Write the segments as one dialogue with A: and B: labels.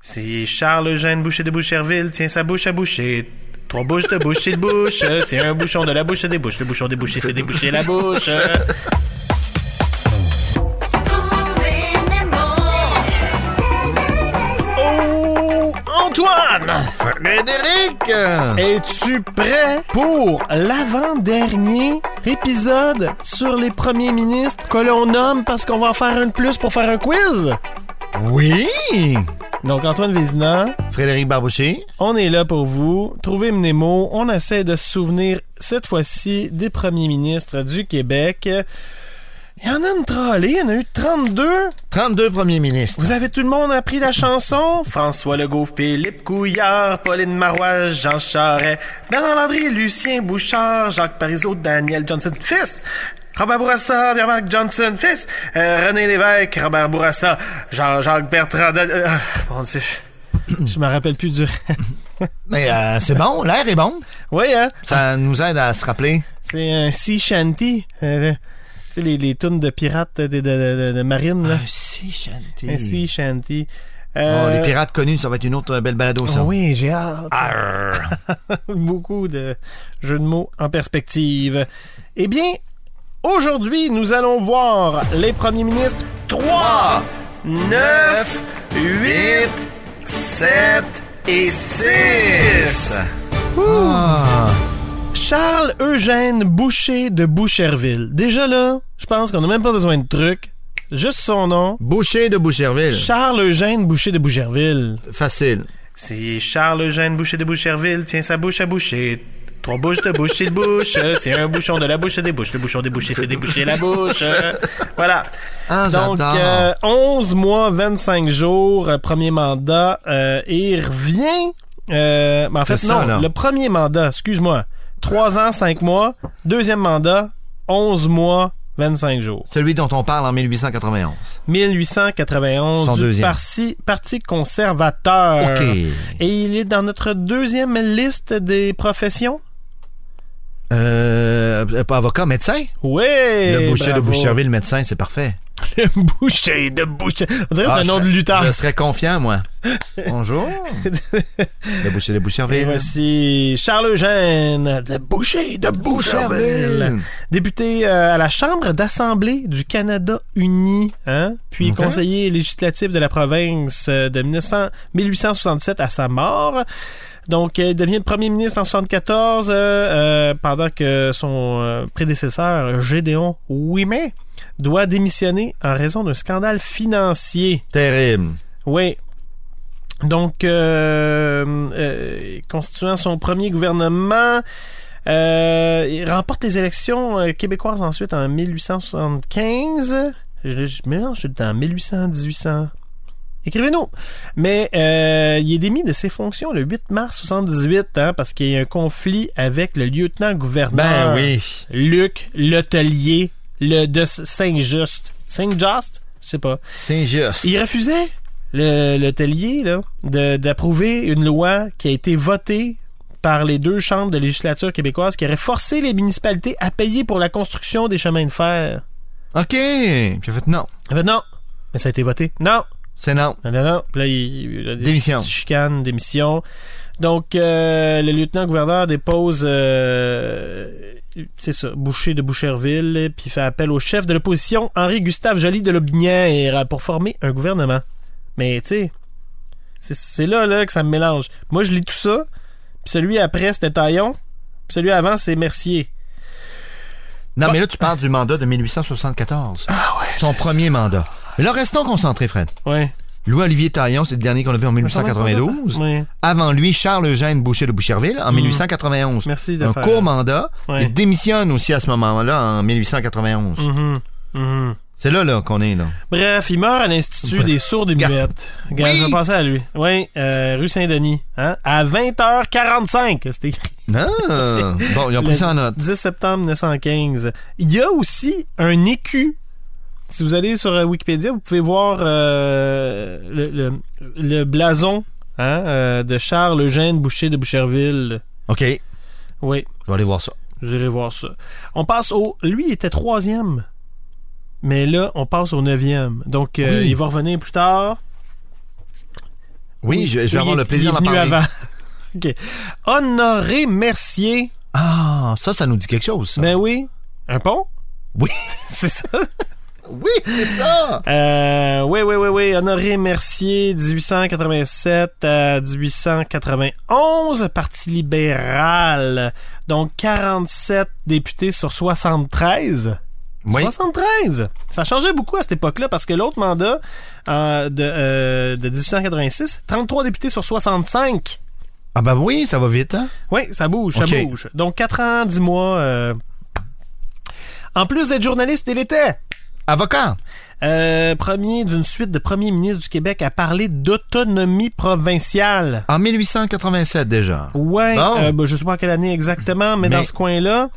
A: Si Charles-Eugène Boucher de Boucherville tient sa bouche à boucher, trois bouches de boucher de bouche, c'est un bouchon de la bouche des bouches, le bouchon des bouchers fait déboucher la bouche.
B: Trouvez Nemo.
A: Oh, Antoine!
C: Frédéric!
A: Es-tu prêt pour l'avant-dernier épisode sur les premiers ministres que l'on nomme parce qu'on va en faire un de plus pour faire un quiz?
C: Oui!
A: Donc, Antoine Vézina,
C: Frédéric Barboucher?
A: on est là pour vous. Trouvez Mnemo. On essaie de se souvenir cette fois-ci des premiers ministres du Québec. Il y en a une trollée, il y en a eu 32.
C: 32 premiers ministres.
A: Vous avez tout le monde appris la chanson? François Legault, Philippe Couillard, Pauline Marois, Jean Charest, Bernard Landry, Lucien Bouchard, Jacques Parizeau, Daniel Johnson, fils! Robert Bourassa, Pierre-Marc Johnson, fils! Euh, René Lévesque, Robert Bourassa, Jean-Jacques Bertrand... Dan- euh, ah, mon Dieu, je me rappelle plus du reste.
C: Mais euh, c'est bon, l'air est bon.
A: oui, hein?
C: Ça nous aide à se rappeler.
A: C'est un sea shanty. Euh, tu sais, les, les tunes de pirates euh, de, de, de- de marine, là.
C: si, chanté.
A: Un sea shanty.
C: Bon,
A: Euh,
C: Ah, Oh, les pirates connus, ça va être une autre belle balado, ça.
A: Ah oui, j'ai hâte.
C: Arr.
A: beaucoup de jeux de mots en perspective. Eh bien, aujourd'hui, nous allons voir les premiers ministres 3, 9, 8, 7 et 6.
C: Ah.
A: Charles-Eugène Boucher de Boucherville. Déjà là, je pense qu'on n'a même pas besoin de trucs. Juste son nom.
C: Boucher de Boucherville.
A: Charles-Eugène Boucher de Boucherville.
C: Facile.
A: Si Charles-Eugène Boucher de Boucherville tient sa bouche à boucher, trois bouches de boucher de bouche, c'est un bouchon de la bouche des bouches, le bouchon des bouchers fait déboucher la bouche. Voilà.
C: Ah,
A: Donc,
C: j'adore.
A: euh, 11 mois, 25 jours, euh, premier mandat, euh, et il revient. euh, mais en fait,
C: C'est
A: non,
C: ça, là.
A: le premier mandat, excuse-moi, 3 ans, 5 mois. Deuxième mandat, 11 mois, 25 jours.
C: Celui dont on parle en 1891.
A: 1891
C: Son
A: du
C: deuxième.
A: parti, parti conservateur.
C: OK.
A: Et il est dans notre deuxième liste des professions.
C: Euh, pas avocat, médecin?
A: Oui!
C: le boucher
A: Eh, bravo.
C: de Boucherville, médecin, c'est parfait.
A: Le boucher de boucher. On dirait que
C: Ah,
A: c'est un
C: je
A: nom de
C: serais-
A: lutteur.
C: Je serais confiant, moi. Bonjour. le boucher de
A: Et
C: Boucherville.
A: voici Charles-Eugène, le boucher de Boucherville.
C: Boucherville.
A: Député euh, à la Chambre d'Assemblée du Canada uni, hein? puis
C: Ok.
A: conseiller législatif de la province euh, de 1900 1867 à sa mort. Donc, euh, il devient le premier ministre en 1974 euh, euh, pendant que son euh, prédécesseur, Gédéon Ouimet, doit démissionner en raison d'un scandale financier.
C: Terrible.
A: Oui. Donc, euh, euh, constituant son premier gouvernement, euh, il remporte les élections euh, québécoises ensuite en 1875. Je, je mélange tout le temps, 1800, 1800. Écrivez-nous. Mais euh, il est démis de ses fonctions le 8 mars 78 hein, parce qu'il y a eu un conflit avec le lieutenant-gouverneur
C: Ben oui.
A: Luc Letellier le de Saint-Just. Saint-Just? Je sais pas.
C: C'est juste.
A: Il refusait le, le tellier là, de- d'approuver une loi qui a été votée par les deux chambres de législature québécoise qui aurait forcé les municipalités à payer pour la construction des chemins de fer.
C: OK. Puis il a fait non.
A: Il a fait non, mais ça a été voté. Non,
C: C'est non.
A: non, non, non. Puis là, il, il a dit,
C: Démission.
A: petite chicane, démission. Donc, euh, le lieutenant-gouverneur dépose, euh, c'est ça, Boucher de Boucherville, puis fait appel au chef de l'opposition, Henri-Gustave Joly de Lobinière, pour former un gouvernement. Mais, tu sais, c'est- c'est là, là que ça me mélange. Moi, je lis tout ça, puis celui après, c'était Taillon, puis celui avant, c'est Mercier.
C: Non, mais là, tu parles du mandat de 1874.
A: Ah ouais.
C: Son premier mandat. Mais là, restons concentrés, Fred.
A: Ouais.
C: Louis-Olivier Taillon, c'est le dernier qu'on a vu en 1892.
A: Ouais.
C: Avant lui, Charles-Eugène Boucher de Boucherville en 1891.
A: Mm. Merci de
C: Un
A: faire-
C: court mandat.
A: Ouais.
C: Il démissionne aussi à ce moment-là en 1891.
A: Mhm. Mhm.
C: C'est là, là qu'on est. là.
A: Bref, il meurt à l'Institut des sourds et
C: Ga-
A: muettes. Gars,
C: Oui!
A: je vais penser à lui. Oui, euh, rue Saint-Denis. Hein? À 20h45, c'était écrit.
C: Ah! bon, ils ont
A: Le
C: pris ça en note.
A: 10 septembre 1915. Il y a aussi un écu. Si vous allez sur euh, Wikipédia, vous pouvez voir euh, le, le- le blason hein, euh, de Charles-Eugène Boucher de Boucherville.
C: OK, je vais
A: Oui,
C: aller voir ça.
A: vous irez voir ça. On passe au... Lui, il était troisième. Mais là, on passe au neuvième. Donc, euh,
C: Oui.
A: il va revenir plus tard.
C: Oui, je, je vais avoir le plaisir d'en parler.
A: avant. OK. Honoré Mercier.
C: Ah, ça, ça nous dit quelque chose. ça.
A: Ben oui. Un pont?
C: Oui.
A: C'est ça?
C: Oui, c'est ça.
A: Euh, oui, oui, oui, oui. Honoré Mercier, 1887 à 1891, Parti libéral. Donc 47 députés sur 73.
C: Oui.
A: 73! Ça changeait beaucoup à cette époque-là parce que l'autre mandat euh, de, euh, de 1886, 33 députés sur 65.
C: Ah ben oui, ça va vite. Hein?
A: Oui, ça bouge,
C: Ok.
A: ça bouge. Donc 4 ans, 10 mois. euh. En plus d'être journaliste, il était
C: Avocat.
A: euh, premier d'une suite de premiers ministres du Québec à parler d'autonomie provinciale.
C: En 1887 déjà.
A: Ouais,
C: Bon.
A: euh, ben, je sais pas à quelle année exactement, mais,
C: Mais-
A: dans ce coin-là,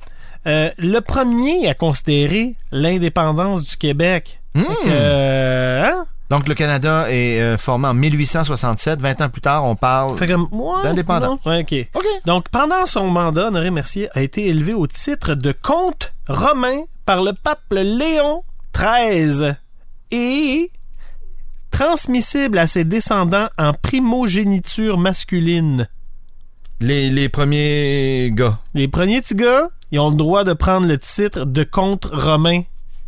A: euh, le premier à considérer l'indépendance du Québec.
C: Hmm.
A: Fait que, euh, hein?
C: Donc le Canada est euh, formé en 1867. 20 ans plus tard, on parle.
A: Fait comme, ouais,
C: D'indépendance.
A: non. Ouais, ok.
C: OK.
A: Donc, pendant son mandat, Honoré Mercier a été élevé au titre de comte romain par le pape Léon XIII et transmissible à ses descendants en primogéniture masculine.
C: Les, les premiers gars.
A: Les premiers petits gars, ils ont le droit de prendre le titre de comte romain.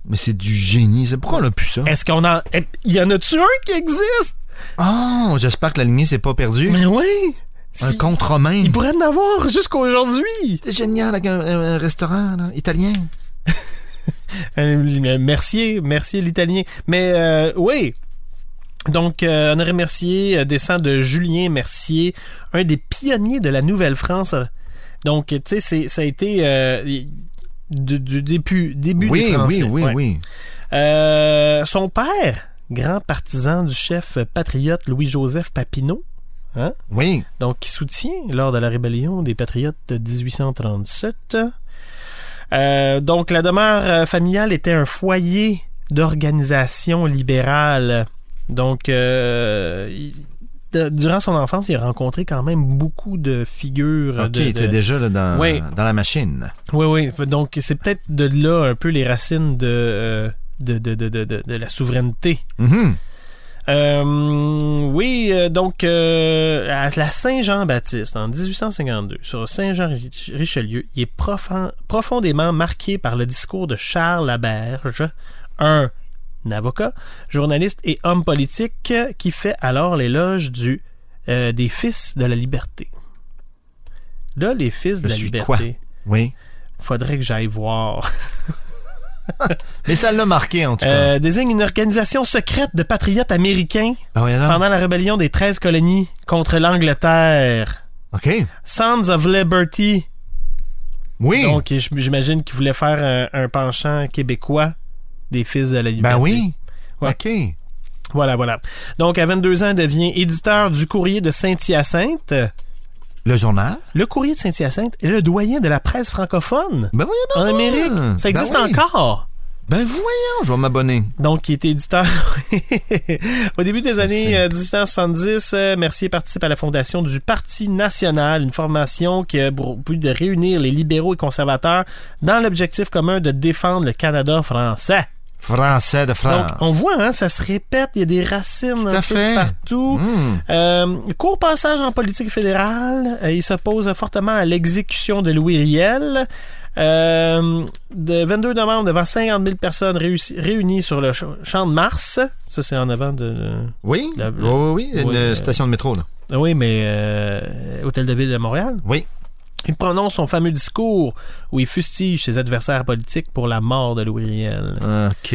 C: Mais c'est du génie. ça. Pourquoi on a plus ça?
A: Est-ce qu'on en... Il y en a-tu un qui existe?
C: Oh, j'espère que la lignée s'est pas perdue.
A: Mais oui!
C: Un
A: Si-
C: compte romain.
A: Il pourrait en avoir jusqu'à aujourd'hui!
C: C'est génial avec un, un- un restaurant là, italien.
A: Euh, Mercier, Mercier l'Italien. Mais euh, oui. Donc, euh, Honoré Mercier euh, descend de Julien Mercier, un des pionniers de la Nouvelle-France. Donc, tu sais, c'est- ça a été euh, du, du début, début
C: oui,
A: des Français.
C: oui, oui,
A: Ouais.
C: oui.
A: Euh, son père, grand partisan du chef patriote Louis-Joseph Papineau,
C: Oui.
A: donc qui soutient lors de la rébellion des Patriotes de 1837. Euh, donc la demeure euh, familiale était un foyer d'organisation libérale. Donc euh, il- de- durant son enfance, il a rencontré quand même beaucoup de figures.
C: OK,
A: de- de-
C: t'es déjà là, dans,
A: Oui.
C: dans la machine.
A: Oui, oui. Donc c'est peut-être de là un peu les racines de, euh, de, de, de, de- de- de la souveraineté.
C: Mhm.
A: Euh, oui, euh, donc euh, à la Saint-Jean-Baptiste en 1852, sur Saint-Jean-Richelieu, il est profond- profondément marqué par le discours de Charles Laberge, un avocat, journaliste et homme politique euh, qui fait alors l'éloge du euh, des fils de la liberté. Là, les fils
C: Je
A: de la
C: suis
A: liberté.
C: quoi? Oui.
A: Faudrait que j'aille voir.
C: Mais ça l'a marqué, en tout cas.
A: Euh, désigne une organisation secrète de patriotes américains
C: Ah oui, alors.
A: pendant la rébellion des 13 colonies contre l'Angleterre.
C: OK.
A: Sons of Liberty.
C: Oui.
A: Donc, j- j'imagine qu'ils voulaient faire un, un penchant québécois des fils de la liberté.
C: ben oui.
A: Ouais.
C: OK.
A: Voilà, voilà. Donc, à 22 ans, il devient éditeur du Courrier de Saint-Hyacinthe,
C: Le journal.
A: le Courrier de Saint-Hyacinthe est le doyen de la presse francophone
C: Ben voyons
A: en
C: donc.
A: Amérique. Ça
C: Ben
A: existe
C: oui.
A: encore.
C: Ben voyons, je vais m'abonner.
A: Donc, il était éditeur. Au début des années euh, 1870, euh, Mercier participe à la fondation du Parti national, une formation qui a pour but de réunir les libéraux et conservateurs dans l'objectif commun de défendre le Canada français.
C: Français de
A: Donc,
C: France.
A: on voit, hein, ça se répète, il y a des racines
C: Ah. à
A: un
C: fait.
A: peu partout.
C: Hmm.
A: Euh, court passage en politique fédérale. Euh, il s'oppose fortement à l'exécution de Louis Riel. Euh, de 22 novembre, devant 50 000 personnes réussi- réunies sur le ch- champ de Mars. Ça, c'est en avant de... de-
C: Oui.
A: La-
C: Oui, oui, oui, une
A: Ouais, euh,
C: station de métro, là.
A: Oui, mais... euh, Hôtel de Ville de Montréal.
C: Oui.
A: Il prononce son fameux discours où il fustige ses adversaires politiques pour la mort de Louis Riel.
C: OK.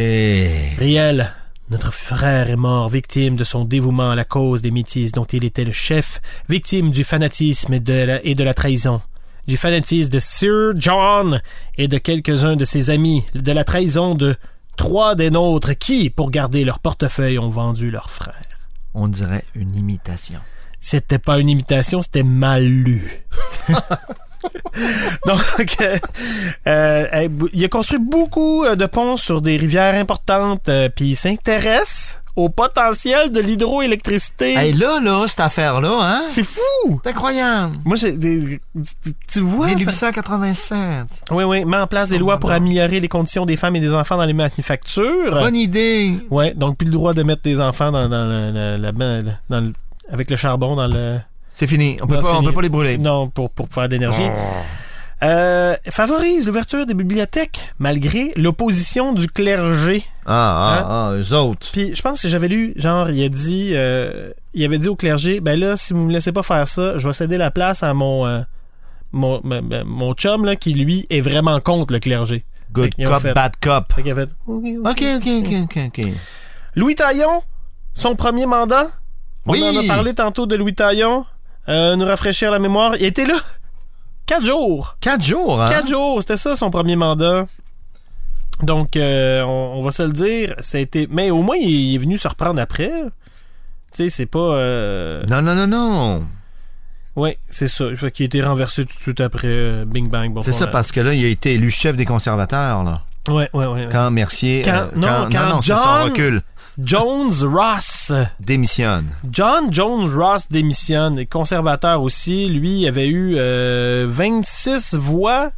A: Riel, notre frère est mort, victime de son dévouement à la cause des métis dont il était le chef, victime du fanatisme et de la, et de la trahison. Du fanatisme de Sir John et de quelques-uns de ses amis, de la trahison de trois des nôtres qui, pour garder leur portefeuille, ont vendu leur frère.
C: On dirait une imitation.
A: C'était pas une imitation, c'était mal lu. Donc, euh, euh, euh, il a construit beaucoup euh, de ponts sur des rivières importantes, euh, puis il s'intéresse au potentiel de l'hydroélectricité.
C: Hey, là, là, cette affaire-là, hein?
A: C'est fou!
C: C'est incroyable.
A: Moi, j'ai des- tu vois, ça-
C: 1887.
A: oui, oui, met en place des lois pour améliorer les conditions des femmes et des enfants dans les manufactures.
C: Bonne idée.
A: Ouais, donc plus le droit de mettre des enfants dans, dans, le- le- la- dans le- avec le charbon dans le.
C: C'est fini. On peut,
A: Non,
C: pas, on
A: fini.
C: peut pas les brûler.
A: Non, pour, pour faire d'énergie. Euh, favorise l'ouverture des bibliothèques malgré l'opposition du clergé.
C: Ah,
A: Hein?
C: ah, ah, eux autres.
A: Puis je pense que j'avais lu, genre, il a dit, euh, il avait dit au clergé, ben là, si vous me laissez pas faire ça, je vais céder la place à mon euh, mon, ben, ben, mon chum là, qui lui est vraiment contre le clergé.
C: Good
A: Ils ont
C: cop,
A: fait.
C: bad cop.
A: Fait qu'il a fait,
C: OK, OK, OK, OK, OK.
A: Louis Taillon, son premier mandat. On
C: Oui.
A: en a parlé tantôt de Louis Taillon. Euh, nous rafraîchir la mémoire. Il était là. Quatre jours.
C: Quatre jours, hein?
A: Quatre jours. C'était ça son premier mandat. Donc, euh, on, on va se le dire. Ça a été... Mais au moins, il, est venu se reprendre après. Tu sais, c'est pas. euh,
C: Non, non, non, non.
A: Ouais, c'est ça. Fait qu'il a été renversé tout de suite après. euh, Bing bang. Bon,
C: C'est ça parce que là, il a été élu chef des conservateurs, là.
A: Ouais, ouais, ouais. ouais.
C: Quand Mercier. euh,
A: Quand- non, quand
C: non, non, c'est
A: John-
C: son recul.
A: Jones Ross.
C: Démissionne.
A: John Jones Ross démissionne, conservateur aussi. Lui avait eu euh, 26 voix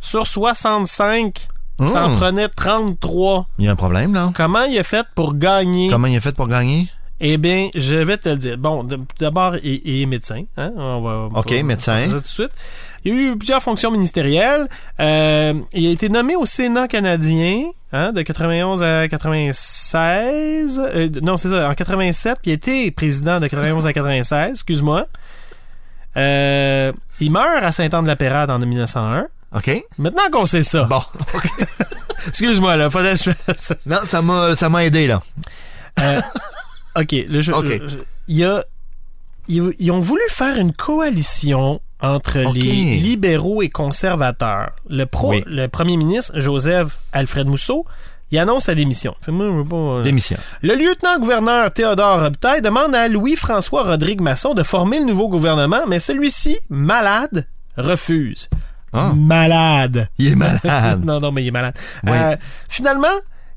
A: sur 65.
C: Hmm.
A: Hum. Ça en prenait 33.
C: Il y a un problème, là.
A: Comment il a fait pour gagner?
C: Comment il a fait pour gagner?
A: Eh bien, je vais te le dire. Bon, d- d'abord, il, il est médecin. hein. On va, on
C: OK,
A: va-
C: médecin.
A: on va faire ça tout de suite. Il a eu plusieurs fonctions ministérielles. Euh, il a été nommé au Sénat canadien hein, de 91 à 96. Euh, non, c'est ça, en 87. Puis il a été président de 91 à 96, excuse-moi. Euh, il meurt à Saint-Anne-de-la-Pérade en 1901.
C: OK?
A: Maintenant qu'on sait ça.
C: Bon.
A: Excuse-moi, là, faudrait que je fasse-
C: Non, ça m'a ça m'a aidé, là.
A: OK, le jeu-
C: OK.
A: je- je- il y a- ils, ils ont voulu faire une coalition entre
C: OK.
A: les libéraux et conservateurs. Le, pro,
C: Oui.
A: le premier ministre, Joseph Alfred Mousseau, il annonce sa démission. Fait, moi, je veux pas- euh,
C: Démission.
A: Le lieutenant-gouverneur Théodore Robitaille demande à Louis-François Rodrigue Masson de former le nouveau gouvernement, mais celui-ci, malade, refuse.
C: Ah.
A: Malade.
C: Il est malade.
A: Non, non, mais il est malade.
C: Oui.
A: Euh, finalement,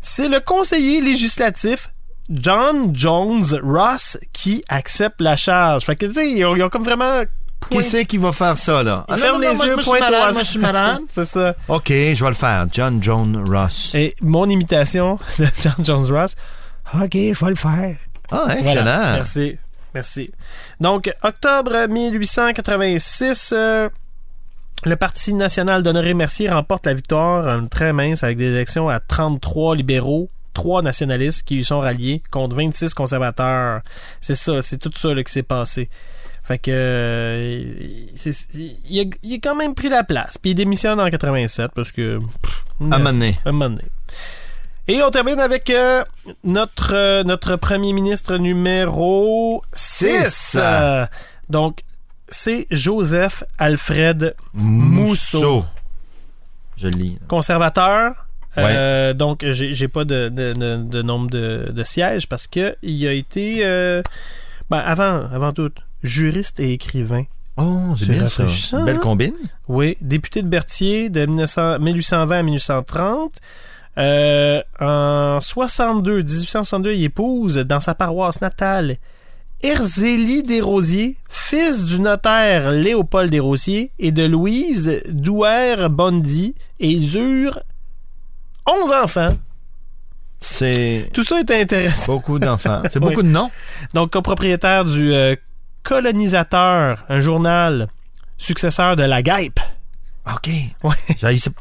A: c'est le conseiller législatif John Jones Ross qui accepte la charge. Fait que, tu sais, ils, ont- ils ont comme vraiment.
C: Qui c'est qui va faire ça, là? Ah, non,
A: ferme
C: non,
A: les
C: non, moi,
A: yeux,
C: moi, je suis
A: pointe au
C: malade,
A: hasard.
C: moi, je suis malade.
A: C'est ça.
C: OK, je vais le faire. John Joan Ross.
A: Et mon imitation de John Jones Ross. OK, je vais le faire.
C: Ah,
A: Voilà.
C: excellent.
A: Merci. Merci. Donc, octobre 1886, euh, le Parti national d'Honoré Mercier remporte la victoire euh, très mince avec des élections à 33 libéraux, 3 nationalistes qui lui sont ralliés contre 26 conservateurs. C'est ça, c'est tout ça là, qui s'est passé. Fait que. euh, c'est- il, a, il a quand même pris la place. Puis il démissionne en 87 parce que. pff,
C: À un moment donné.
A: un moment donné. Et on termine avec euh, notre, euh, notre premier ministre numéro 6.
C: Six.
A: donc, c'est Joseph Alfred, Mousseau.
C: Je le lis.
A: conservateur. Euh, donc, j'ai j'ai pas de, de- de- de nombre de, de sièges parce que il a été, euh, ben, avant, avant tout, juriste et écrivain.
C: Oh, c'est
A: C'est
C: bien ça.
A: rafraîchissant,
C: Belle
A: hein?
C: combine.
A: Oui, député de Berthier de 1900 1820 à 1830. Euh, en 62, 1862, il épouse dans sa paroisse natale Herzélie Desrosiers, fils du notaire Léopold Desrosiers et de Louise Douaire Bondy, et ils eurent 11 enfants.
C: C'est
A: Tout ça est intéressant.
C: beaucoup d'enfants. C'est
A: Oui.
C: beaucoup de noms.
A: Donc, copropriétaire du euh, Colonisateur, un journal successeur de La Guêpe.
C: OK.
A: Ouais.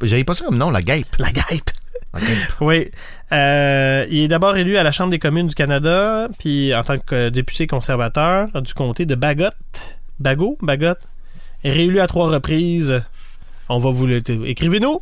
C: J'avais pas ça comme nom, la guêpe.
A: La Guêpe.
C: La guêpe.
A: Oui. Euh, il est d'abord élu à la Chambre des communes du Canada, puis en tant que euh, député conservateur du comté de Bagot. Bagot? Bagot. Réélu à trois reprises. On va vous le... Écrivez-nous!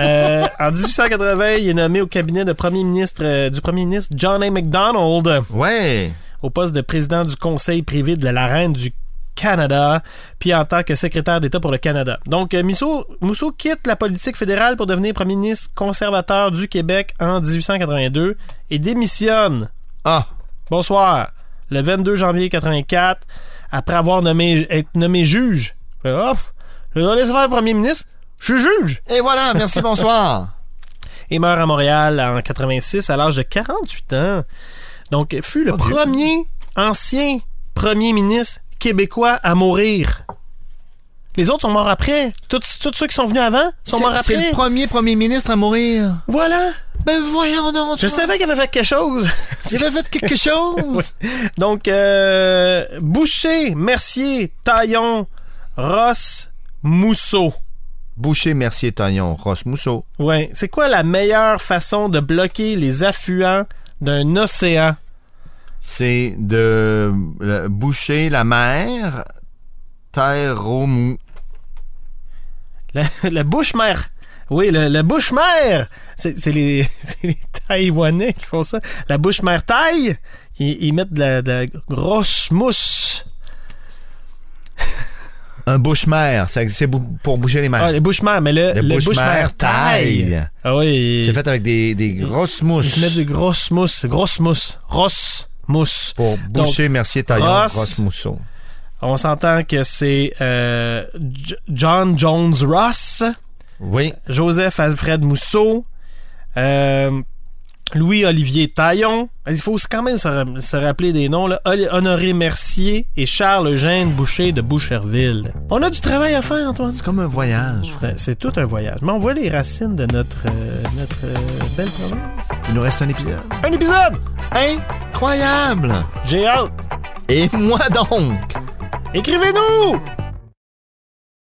A: Euh, en 1880, il est nommé au cabinet de premier ministre, euh, du premier ministre John A. MacDonald
C: Ouais.
A: au poste de président du conseil privé de la reine du Canada, puis en tant que secrétaire d'État pour le Canada. Donc, euh, Mousseau, Mousseau quitte la politique fédérale pour devenir premier ministre conservateur du Québec en 1882 et démissionne.
C: Ah,
A: Bonsoir. Le 22 janvier 84, après avoir nommé, être nommé juge. Fait, Oh, je vais laisser faire premier ministre. Je suis juge.
C: et voilà. Merci, bonsoir.
A: et meurt à Montréal en 86 à l'âge de 48 ans. Donc, fut le
C: Oh, Dieu.
A: premier ancien premier ministre québécois à mourir. Les autres sont morts après. Tous, tous ceux qui sont venus avant sont morts
C: C'est
A: après.
C: c'est le premier premier ministre à mourir.
A: Voilà.
C: Ben voyons donc.
A: Je savais qu'il avait fait quelque chose.
C: Il avait fait quelque chose.
A: Donc, euh, Boucher, Mercier, Taillon, Ross, Mousseau.
C: Boucher, Mercier, Tagnon, Ross Mousseau.
A: Ouais. C'est quoi la meilleure façon de bloquer les affluents d'un océan?
C: C'est de euh, boucher la mer, terre au mou.
A: La, la bouche-mère. Oui, la, la bouche-mère. C'est c'est les, c'est les Taïwanais qui font ça. La bouche-mère taille. Ils, ils mettent de la, de la grosse mousse.
C: Un bouche-mer, ça- c'est bou- pour boucher les mers.
A: Ah, les bouche-mères, mais le,
C: Le
A: le
C: bouche-mère
A: bouche-mère
C: taille.
A: taille. Ah oui.
C: c'est fait avec des, des grosses mousses.
A: Ils mettent de grosses mousses. Grosses mousses. Ross mousse.
C: Pour boucher Mercier, Taillon,
A: Ross-
C: Ross Mousseau.
A: On s'entend que c'est euh, J- John Jones Ross,
C: Oui,
A: Joseph Alfred Mousseau, euh, Louis-Olivier Taillon. Il faut quand même se, ra- se rappeler des noms. Là. Oli- Honoré Mercier et Charles-Eugène Boucher de Boucherville. On a du travail à faire, Antoine.
C: c'est comme un voyage.
A: C'est- C'est tout un voyage. Mais on voit les racines de notre, euh, notre euh, belle province.
C: Il nous reste un épisode.
A: Un épisode!
C: Incroyable!
A: J'ai hâte!
C: Et moi donc!
A: Écrivez-nous!